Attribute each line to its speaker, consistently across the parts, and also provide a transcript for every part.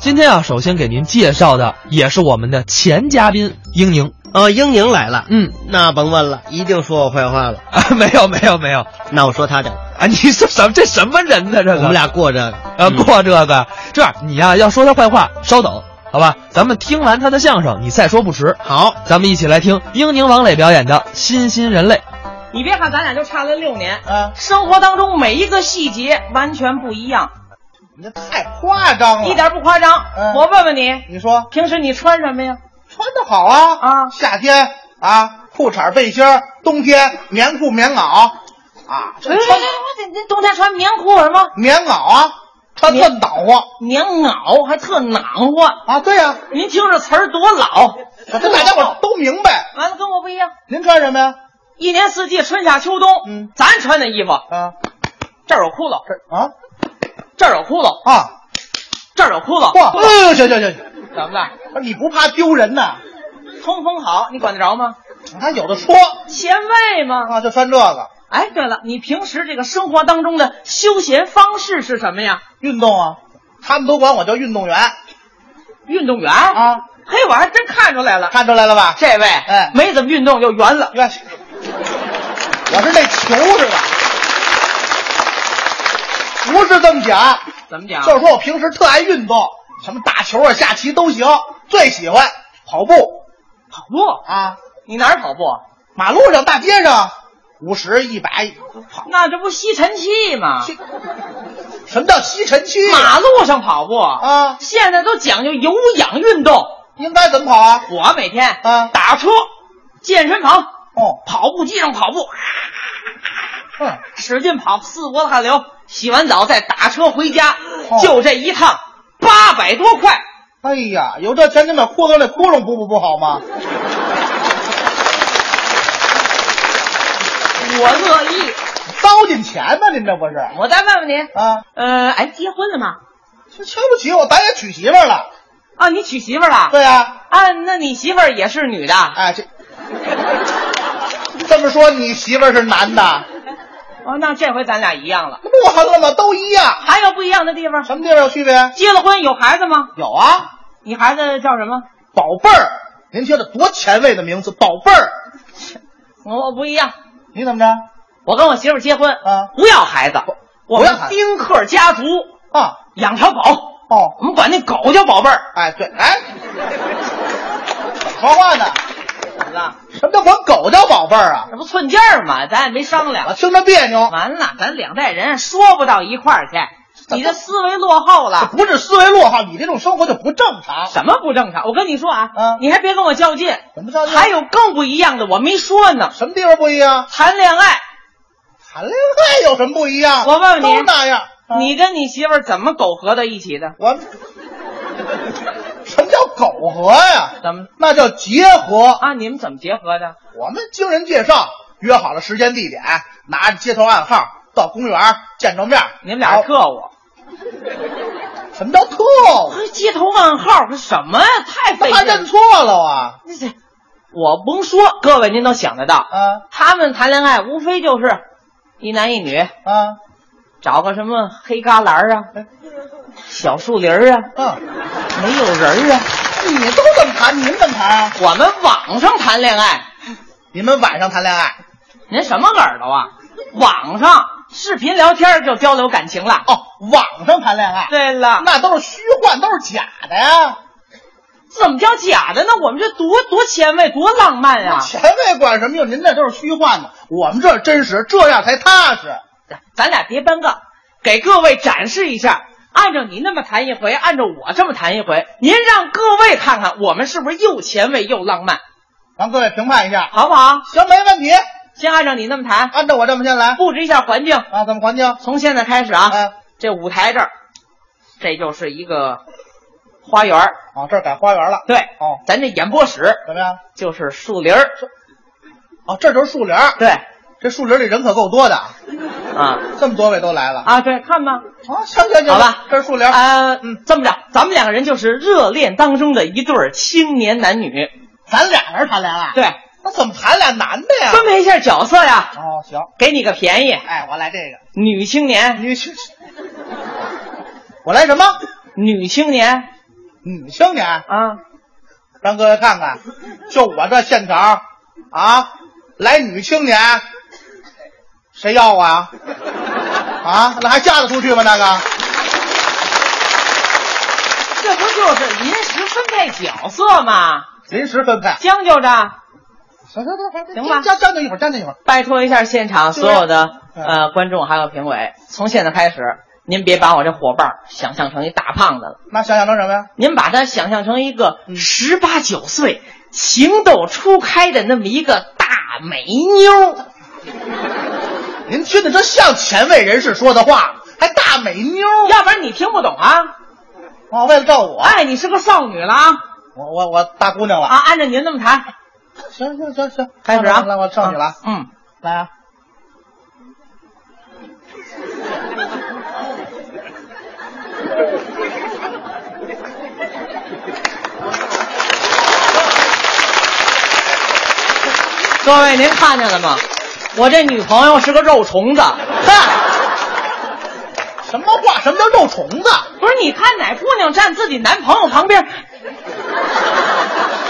Speaker 1: 今天啊，首先给您介绍的也是我们的前嘉宾英宁。
Speaker 2: 哦，英宁来了，
Speaker 1: 嗯，
Speaker 2: 那甭问了，一定说我坏话了。
Speaker 1: 啊， 没有没有没有
Speaker 2: 那我说他点儿，
Speaker 1: 啊，你是什么这什么人呢？这个
Speaker 2: 我们俩过这个。
Speaker 1: 呃
Speaker 2: 嗯
Speaker 1: 过这个，这样你呀、要说他坏话，稍等，好吧？咱们听完他的相声，你再说不迟。
Speaker 2: 好，
Speaker 1: 咱们一起来听英宁王磊表演的《新新人类》。
Speaker 3: 你别看咱俩就差了六年，
Speaker 1: 呃
Speaker 4: 啊，
Speaker 3: 生活当中每一个细节完全不一样，
Speaker 4: 你这太夸张了。
Speaker 3: 一点不夸张。
Speaker 4: 嗯
Speaker 3: 我问问你，
Speaker 4: 你说
Speaker 3: 平时你穿什么呀？
Speaker 4: 穿的好啊
Speaker 3: 啊
Speaker 4: 夏天啊，裤衩背心儿冬天棉裤棉袄啊，这
Speaker 3: 哎
Speaker 4: 穿
Speaker 3: 我这冬天穿棉裤什么？
Speaker 4: 棉袄啊，穿特暖和
Speaker 3: 棉袄还特暖和，
Speaker 4: 啊。对呀、
Speaker 3: 您听这词儿多老。
Speaker 4: 这大家伙都明白。
Speaker 3: 完了跟我不一样，
Speaker 4: 您穿什么呀？
Speaker 3: 一年四季春夏秋冬，
Speaker 4: 嗯
Speaker 3: 咱穿的衣服
Speaker 4: 啊，
Speaker 3: 这儿有窟窿，
Speaker 4: 这啊
Speaker 3: 这儿有窟窿，
Speaker 4: 啊，
Speaker 3: 这儿有窟窿，
Speaker 4: 嚯，嗯，行行行行，
Speaker 3: 怎么了？
Speaker 4: 你不怕丢人呐？
Speaker 3: 通风好，你管得着吗？
Speaker 4: 你还嗯有的说
Speaker 3: 前卫吗？
Speaker 4: 啊，就穿这个
Speaker 3: 哎，对了，你平时这个生活当中的休闲方式是什么呀？
Speaker 4: 运动啊，他们都管我叫运动员
Speaker 3: 运动员？
Speaker 4: 啊，
Speaker 3: 嘿，我还真看出来了，
Speaker 4: 看出来了吧？
Speaker 3: 这位
Speaker 4: 哎
Speaker 3: 没怎么运动就圆了
Speaker 4: 你。看，我是那球似的，不是这么讲，
Speaker 3: 怎么讲？
Speaker 4: 就是说我平时特爱运动，什么打球啊、下棋都行，最喜欢跑步
Speaker 3: 跑步。
Speaker 4: 啊，
Speaker 3: 你哪儿跑步？
Speaker 4: 马路上、大街上，五十、一百跑。
Speaker 3: 那这不吸尘器吗？
Speaker 4: 吸什么叫吸尘器？
Speaker 3: 马路上跑步啊，
Speaker 4: 啊，
Speaker 3: 现在都讲究有氧运动。
Speaker 4: 应该怎么跑啊？
Speaker 3: 我每天
Speaker 4: 啊
Speaker 3: 打车、健身房、
Speaker 4: 哦，
Speaker 3: 跑步机上跑步，
Speaker 4: 嗯，
Speaker 3: 使劲跑，四脖子汗流。洗完澡再打车回家，
Speaker 4: 哦
Speaker 3: 就这一趟八百多块。
Speaker 4: 哎呀，有这钱，你把裤子那窟窿补补不好吗？
Speaker 3: 我乐意。
Speaker 4: 糟践钱呢，您这不是
Speaker 3: 我再问问你，
Speaker 4: 啊？
Speaker 3: 呃，哎，结婚了吗？
Speaker 4: 这瞧不起我，咱也娶媳妇儿了。
Speaker 3: 啊，你娶媳妇儿了？
Speaker 4: 对呀、啊。
Speaker 3: 啊，那你媳妇儿也是女的？
Speaker 4: 哎，这这么说，你媳妇儿是男的，
Speaker 3: 哦，那这回咱俩一样了。
Speaker 4: 那不完了吗？都一样，
Speaker 3: 还有不一样的地方？
Speaker 4: 什么地方有区别？
Speaker 3: 结了婚有孩子吗？
Speaker 4: 有啊，
Speaker 3: 你孩子叫什么？
Speaker 4: 宝贝儿，您听着多前卫的名字，宝贝儿，
Speaker 3: 我我不一样，
Speaker 4: 你怎么着
Speaker 3: 我跟我媳妇儿结婚，
Speaker 4: 啊
Speaker 3: 不要孩子，我
Speaker 4: 不要
Speaker 3: 们
Speaker 4: 孩子
Speaker 3: 丁克家族
Speaker 4: 啊？
Speaker 3: 养条狗，
Speaker 4: 哦，
Speaker 3: 我们管那狗叫宝贝儿。
Speaker 4: 哎，对，哎，说话呢？
Speaker 3: 怎么了？
Speaker 4: 什么叫管狗叫宝贝儿啊？
Speaker 3: 这不寸劲儿吗？咱也没商
Speaker 4: 啊，
Speaker 3: 量。
Speaker 4: 听着别扭，
Speaker 3: 完了，咱两代人说不到一块儿去， 你的思维落后
Speaker 4: 这
Speaker 3: 了。
Speaker 4: 不是思维落后，你这种生活就不正常。
Speaker 3: 什么不正常？我跟你说啊，
Speaker 4: 嗯
Speaker 3: 你还别跟我较劲。
Speaker 4: 怎么着？
Speaker 3: 还有更不一样的，我没说 呢。
Speaker 4: 什么地方不一样？
Speaker 3: 谈恋爱，
Speaker 4: 谈恋爱有什么不一样？
Speaker 3: 我问问你
Speaker 4: 都那样。啊
Speaker 3: 你跟你媳妇儿怎么苟合在一起的？
Speaker 4: 我什么叫苟合呀？
Speaker 3: 怎么
Speaker 4: 那叫结合。
Speaker 3: 啊？你们怎么结合的？
Speaker 4: 我们经人介绍，约好了时间地点，拿着街头暗号到公园见着面。
Speaker 3: 你们俩是特务？
Speaker 4: 什么叫特务？
Speaker 3: 哎街头暗号是什么呀？太费
Speaker 4: 他
Speaker 3: 劲
Speaker 4: 认
Speaker 3: 了。
Speaker 4: 错了啊！
Speaker 3: 这这我甭说，各位您都想得到，
Speaker 4: 啊
Speaker 3: 他们谈恋爱无非就是一男一女，
Speaker 4: 啊
Speaker 3: 找个什么黑旮旯啊、小树林儿啊，
Speaker 4: 啊！
Speaker 3: 没有人儿啊。
Speaker 4: 你都怎么谈？您怎么谈啊？
Speaker 3: 我们网上谈恋爱，
Speaker 4: 你们晚上谈恋爱？
Speaker 3: 您什么耳朵啊？网上视频聊天就交流感情了。
Speaker 4: 哦，网上谈恋爱，
Speaker 3: 对了，
Speaker 4: 那都是虚幻，都是假的呀！
Speaker 3: 怎么叫假的呢？我们这多多前卫，多浪漫啊呀、
Speaker 4: 前卫管什么用？您这都是虚幻的，我们这是真实，这样才踏实。
Speaker 3: 咱俩别搬杠，给各位展示一下。按照你那么谈一回，按照我这么谈一回，您让各位看看我们是不是又前卫又浪漫，
Speaker 4: 让各位评判一下。
Speaker 3: 好不好？
Speaker 4: 行，没问题。
Speaker 3: 先按照你那么谈，
Speaker 4: 按照我这么先来
Speaker 3: 布置一下环境。
Speaker 4: 啊，怎么环境？
Speaker 3: 从现在开始啊，
Speaker 4: 哎
Speaker 3: 这舞台这儿，这就是一个花园儿。
Speaker 4: 啊，这儿改花园了。
Speaker 3: 对，
Speaker 4: 哦，
Speaker 3: 咱这演播室
Speaker 4: 怎么样？
Speaker 3: 就是树林儿。
Speaker 4: 哦，这就是树林儿。
Speaker 3: 对，
Speaker 4: 这树林里人可够多的，
Speaker 3: 啊
Speaker 4: 这么多位都来了。
Speaker 3: 啊，对，看吧。
Speaker 4: 啊，行行行，
Speaker 3: 好吧
Speaker 4: 这是树林儿。
Speaker 3: 呃，嗯，这么着，咱们两个人就是热恋当中的一对儿青年男女，
Speaker 4: 咱俩人谈恋爱，
Speaker 3: 对，
Speaker 4: 那怎么谈俩男的呀？
Speaker 3: 分配一下角色呀，
Speaker 4: 哦，行，
Speaker 3: 给你个便宜，
Speaker 4: 哎，我来这个，
Speaker 3: 女青年，
Speaker 4: 你去，我来什么？
Speaker 3: 女青年，
Speaker 4: 女青年，
Speaker 3: 啊，
Speaker 4: 让各位看看，就我这线条啊，来女青年，谁要我啊？啊，那还嫁得出去吗？那个
Speaker 3: 这不就是临时分配角色吗？
Speaker 4: 临时分配，
Speaker 3: 将就着，
Speaker 4: 行行行，
Speaker 3: 行吧
Speaker 4: 站站那一会儿，站那一会儿。
Speaker 3: 拜托一下现场
Speaker 4: 就是
Speaker 3: 所有的
Speaker 4: 嗯
Speaker 3: 呃观众还有评委，从现在开始，您别把我这伙伴儿想象成一大胖子了，
Speaker 4: 那想想成什么呀？
Speaker 3: 您把他想象成一个
Speaker 4: 嗯
Speaker 3: 十八九岁、情窦初开的那么一个大美妞儿。
Speaker 4: 您听着，这像前卫人士说的话吗？还大美妞儿
Speaker 3: 要不然你听不懂啊！
Speaker 4: 哦，为了照我，
Speaker 3: 哎，你是个少女了啊！
Speaker 4: 我我我大姑娘了。
Speaker 3: 啊，按照您那么谈，
Speaker 4: 行行行行，
Speaker 3: 开始啊！
Speaker 4: 来，我上去了啊，
Speaker 3: 嗯，
Speaker 4: 来啊！
Speaker 3: 各位您看见了吗？我这女朋友是个肉虫子，
Speaker 4: 嗨，什么话？什么叫肉虫子？
Speaker 3: 不是？你看哪姑娘站自己男朋友旁 边？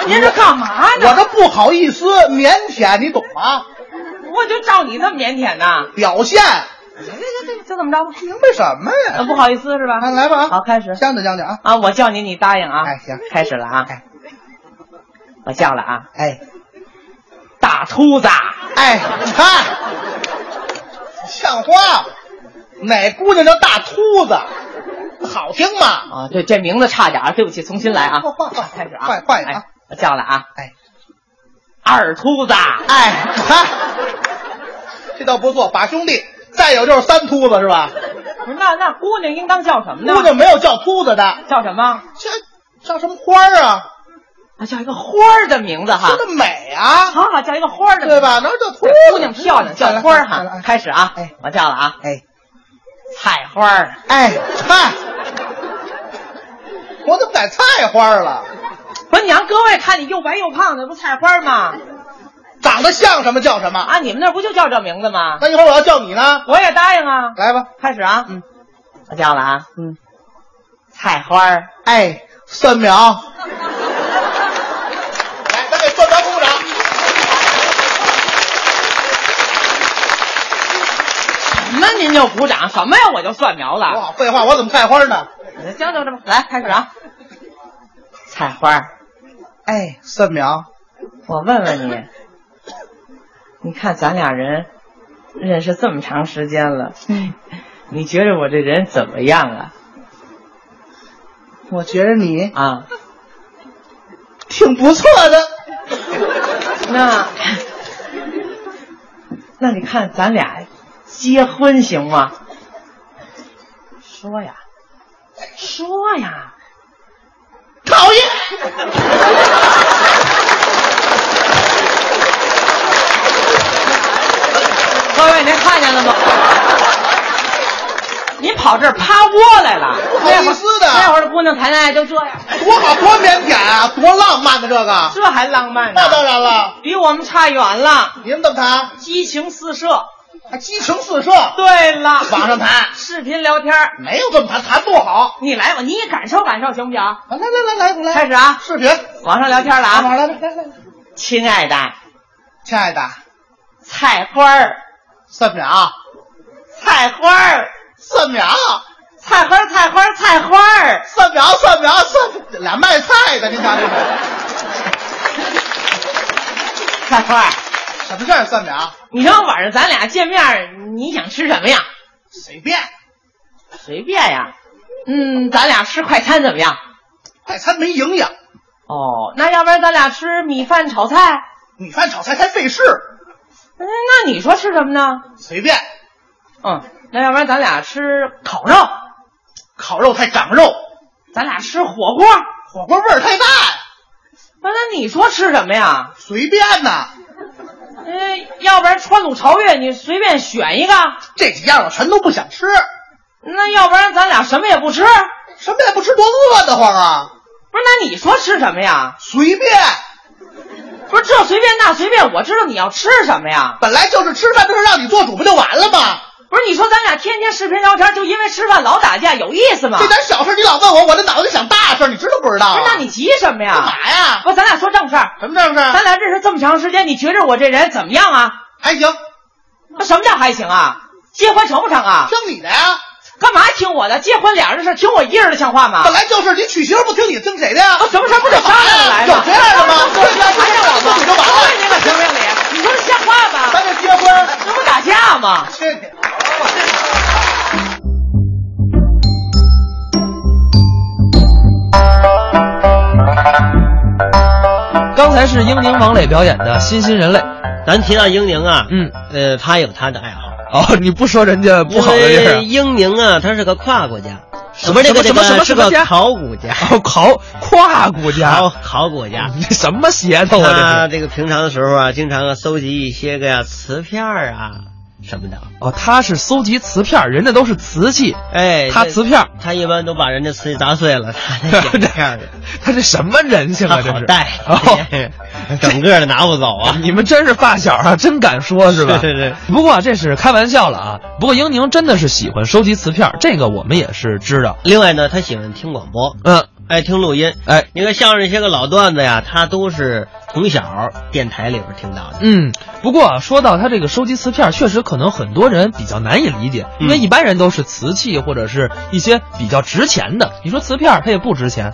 Speaker 3: 您这干嘛呢？
Speaker 4: 我这不好意思，腼腆，你懂吗？
Speaker 3: 我就照你那么腼腆呐，
Speaker 4: 表现
Speaker 3: 就这么着吧。
Speaker 4: 明白什么
Speaker 3: 呃
Speaker 4: 呀？
Speaker 3: 不好意思是吧？
Speaker 4: 来来吧啊，
Speaker 3: 好，开始
Speaker 4: 相着相着啊！
Speaker 3: 啊！我叫你，你答应啊！
Speaker 4: 哎行
Speaker 3: 开始了啊
Speaker 4: 哎！
Speaker 3: 我叫了啊！
Speaker 4: 哎
Speaker 3: 大秃子，啊
Speaker 4: 哎，嗨，像话吗？哪姑娘叫大秃子？好听吗？
Speaker 3: 啊，对，这名字差点儿，对不起，重新来啊！
Speaker 4: 换换
Speaker 3: 开始啊，
Speaker 4: 换换一个啊
Speaker 3: 哎！我叫了啊！
Speaker 4: 哎，
Speaker 3: 二秃子，
Speaker 4: 哎，嗨，这倒不错，把兄弟。再有就是三秃子是吧？
Speaker 3: 不是那那姑娘应当叫什么呢？
Speaker 4: 姑娘没有叫秃子的，
Speaker 3: 叫什么？
Speaker 4: 这叫什么花儿啊？
Speaker 3: 啊，叫一个花儿的名字哈
Speaker 4: 说。的美啊，
Speaker 3: 好好，叫一个花儿的名字
Speaker 4: 对？吧？那叫秃
Speaker 3: 这
Speaker 4: 子，
Speaker 3: 姑娘漂亮，叫花儿
Speaker 4: 来来来
Speaker 3: 哈。
Speaker 4: 来
Speaker 3: 开始啊
Speaker 4: 哎，
Speaker 3: 我叫了啊，
Speaker 4: 哎
Speaker 3: 菜花儿，
Speaker 4: 哎，菜，我怎么改菜花儿了？
Speaker 3: 不是你让各位看你又白又胖的，不菜花儿吗？
Speaker 4: 长得像什么叫什么？
Speaker 3: 啊，你们那儿不就叫这名字吗？
Speaker 4: 那一会儿我要叫你呢，
Speaker 3: 我也答应啊。
Speaker 4: 来吧。
Speaker 3: 开始啊，
Speaker 4: 嗯，
Speaker 3: 我叫了啊，
Speaker 4: 嗯，
Speaker 3: 菜花儿，
Speaker 4: 哎，三秒。来，咱给蒜苗鼓掌。
Speaker 3: 什么您就鼓掌，什么呀我就蒜苗
Speaker 4: 我
Speaker 3: 了。
Speaker 4: 好废话，我怎么菜花呢？
Speaker 3: 行，就这么来，开始啊，菜花儿，
Speaker 4: 哎，三秒。
Speaker 3: 我问问你，你看咱俩人认识这么长时间了，
Speaker 4: 嗯，
Speaker 3: 你觉得我这人怎么样啊？
Speaker 4: 我觉得你
Speaker 3: 啊，
Speaker 4: 挺不错的。
Speaker 3: 那那你看咱俩结婚行吗？说呀，说呀。
Speaker 4: 讨厌。
Speaker 3: 各位，您看见了吗？你跑这儿趴窝来了，
Speaker 4: 不好意思的
Speaker 3: 那会儿那会儿的姑娘谈恋爱就这样，
Speaker 4: 多好，多腼腆啊，多浪漫的这个。
Speaker 3: 这还浪漫呢
Speaker 4: 那？当然了，
Speaker 3: 比我们差远了，
Speaker 4: 你们怎么谈？
Speaker 3: 激情四射。
Speaker 4: 还激情四射，
Speaker 3: 对了，
Speaker 4: 网上谈
Speaker 3: 视频聊天儿，
Speaker 4: 没有这么谈，谈不好。
Speaker 3: 你来吧，你感受感受行不行？
Speaker 4: 啊来来来来，我来
Speaker 3: 开始啊，
Speaker 4: 视频。
Speaker 3: 网上聊天了
Speaker 4: 来来
Speaker 3: 啊，
Speaker 4: 来来来，
Speaker 3: 亲爱的，
Speaker 4: 亲爱的，
Speaker 3: 菜花儿，
Speaker 4: 三秒啊，
Speaker 3: 菜花儿，
Speaker 4: 三秒啊，
Speaker 3: 菜花儿，菜花儿，菜花儿，
Speaker 4: 三秒，三秒，三俩卖菜的，您瞧这是
Speaker 3: 菜花儿，
Speaker 4: 什么事儿？三秒，
Speaker 3: 你说晚上咱俩见面儿，你想吃什么呀？
Speaker 4: 随便，
Speaker 3: 随便呀。嗯，咱俩吃快餐怎么样？
Speaker 4: 快餐没营养，
Speaker 3: 哦，那要不然咱俩吃米饭炒菜？
Speaker 4: 米饭炒菜才费事，
Speaker 3: 嗯，那你说吃什么呢？
Speaker 4: 随便，
Speaker 3: 嗯，那要不然咱俩吃烤肉，
Speaker 4: 烤肉太长肉，
Speaker 3: 咱俩吃火锅。
Speaker 4: 火锅味儿太大呀，
Speaker 3: 那那你说吃什么呀？
Speaker 4: 随便呐，
Speaker 3: 嗯，要不然川鲁朝越，你随便选一个。
Speaker 4: 这几样我全都不想吃，
Speaker 3: 那要不然咱俩什么也不吃？不
Speaker 4: 什么也不吃，多饿得慌啊，
Speaker 3: 是，那你说吃什么呀？
Speaker 4: 随便，
Speaker 3: 不是这随便那随便，我知道你要吃什么呀。
Speaker 4: 本来就是吃饭的事儿，让你做主不就完了吗？
Speaker 3: 不是，你说咱俩天天视频聊天，就因为吃饭老打架，有意思吗？
Speaker 4: 这点小事你老问我，我这脑子想大事，你知道不知知道啊
Speaker 3: 不啊是，那你急什么
Speaker 4: 干
Speaker 3: 呀？
Speaker 4: 嘛呀？
Speaker 3: 不，咱俩说正事儿。
Speaker 4: 什么正事儿？
Speaker 3: 咱俩认识这么长时间，你觉着我这人怎么样啊？
Speaker 4: 还行，
Speaker 3: 那什么叫还行啊？结婚成不成啊？
Speaker 4: 听你的呀。
Speaker 3: 干嘛听我的？结婚俩人的事儿，听我一人的像话吗？
Speaker 4: 本来就是你娶媳妇不听你，听谁的呀
Speaker 3: 我？啊什么事儿不得商量着来吗？
Speaker 4: 有这样的吗
Speaker 3: 我还让我吗？
Speaker 4: 自己就完了
Speaker 3: 我问你们评评理，你说这像话吗？
Speaker 4: 咱这结婚，
Speaker 3: 这不打架吗？
Speaker 4: 去你！
Speaker 1: 刚才是英宁王磊表演的《新新人类》。
Speaker 2: 咱提到英宁啊，
Speaker 1: 嗯，
Speaker 2: 呃，他有他的爱好，
Speaker 1: 哦，你不说人家不好的地
Speaker 2: 因
Speaker 1: 儿
Speaker 2: 为英宁啊，他是个跨国家，
Speaker 1: 什
Speaker 2: 不是这个
Speaker 1: 什么
Speaker 2: 这
Speaker 1: 什
Speaker 2: 个
Speaker 1: 么
Speaker 2: 是
Speaker 1: 什么
Speaker 2: 个
Speaker 1: 家哎
Speaker 2: 考古家，
Speaker 1: 啊，哦，考跨国家
Speaker 2: 考，考古家。
Speaker 1: 你这什么邪头啊？
Speaker 2: 他
Speaker 1: 这是
Speaker 2: 这个平常的时候啊，经常啊搜集一些个呀瓷片儿啊什么的。
Speaker 1: 哦，他是搜集瓷片儿，人家都是瓷器，
Speaker 2: 哎，
Speaker 1: 他
Speaker 2: 这
Speaker 1: 瓷片儿，
Speaker 2: 他一般都把人家瓷器砸碎 了，他那点片儿的，
Speaker 1: 他这什么人性
Speaker 2: 他
Speaker 1: 啊？这
Speaker 2: 好
Speaker 1: 是
Speaker 2: 带
Speaker 1: 哦，
Speaker 2: 整个的拿不 走啊。
Speaker 1: 你们真是发小啊，真敢说是吧？
Speaker 2: 是是是
Speaker 1: 不过啊这是开玩笑了啊。不过英宁真的是喜欢收集瓷片儿，这个我们也是知道。
Speaker 2: 另外呢，他喜欢听广播，
Speaker 1: 嗯，
Speaker 2: 爱听录音。
Speaker 1: 哎，
Speaker 2: 你看相声一些个老段子呀，他都是从小电台里边听到的。
Speaker 1: 嗯，不过啊说到他这个收集瓷片儿，确实可能很多人比较难以理解，
Speaker 2: 嗯
Speaker 1: 因为一般人都是瓷器或者是一些比较值钱的。你说瓷片儿它也不值钱，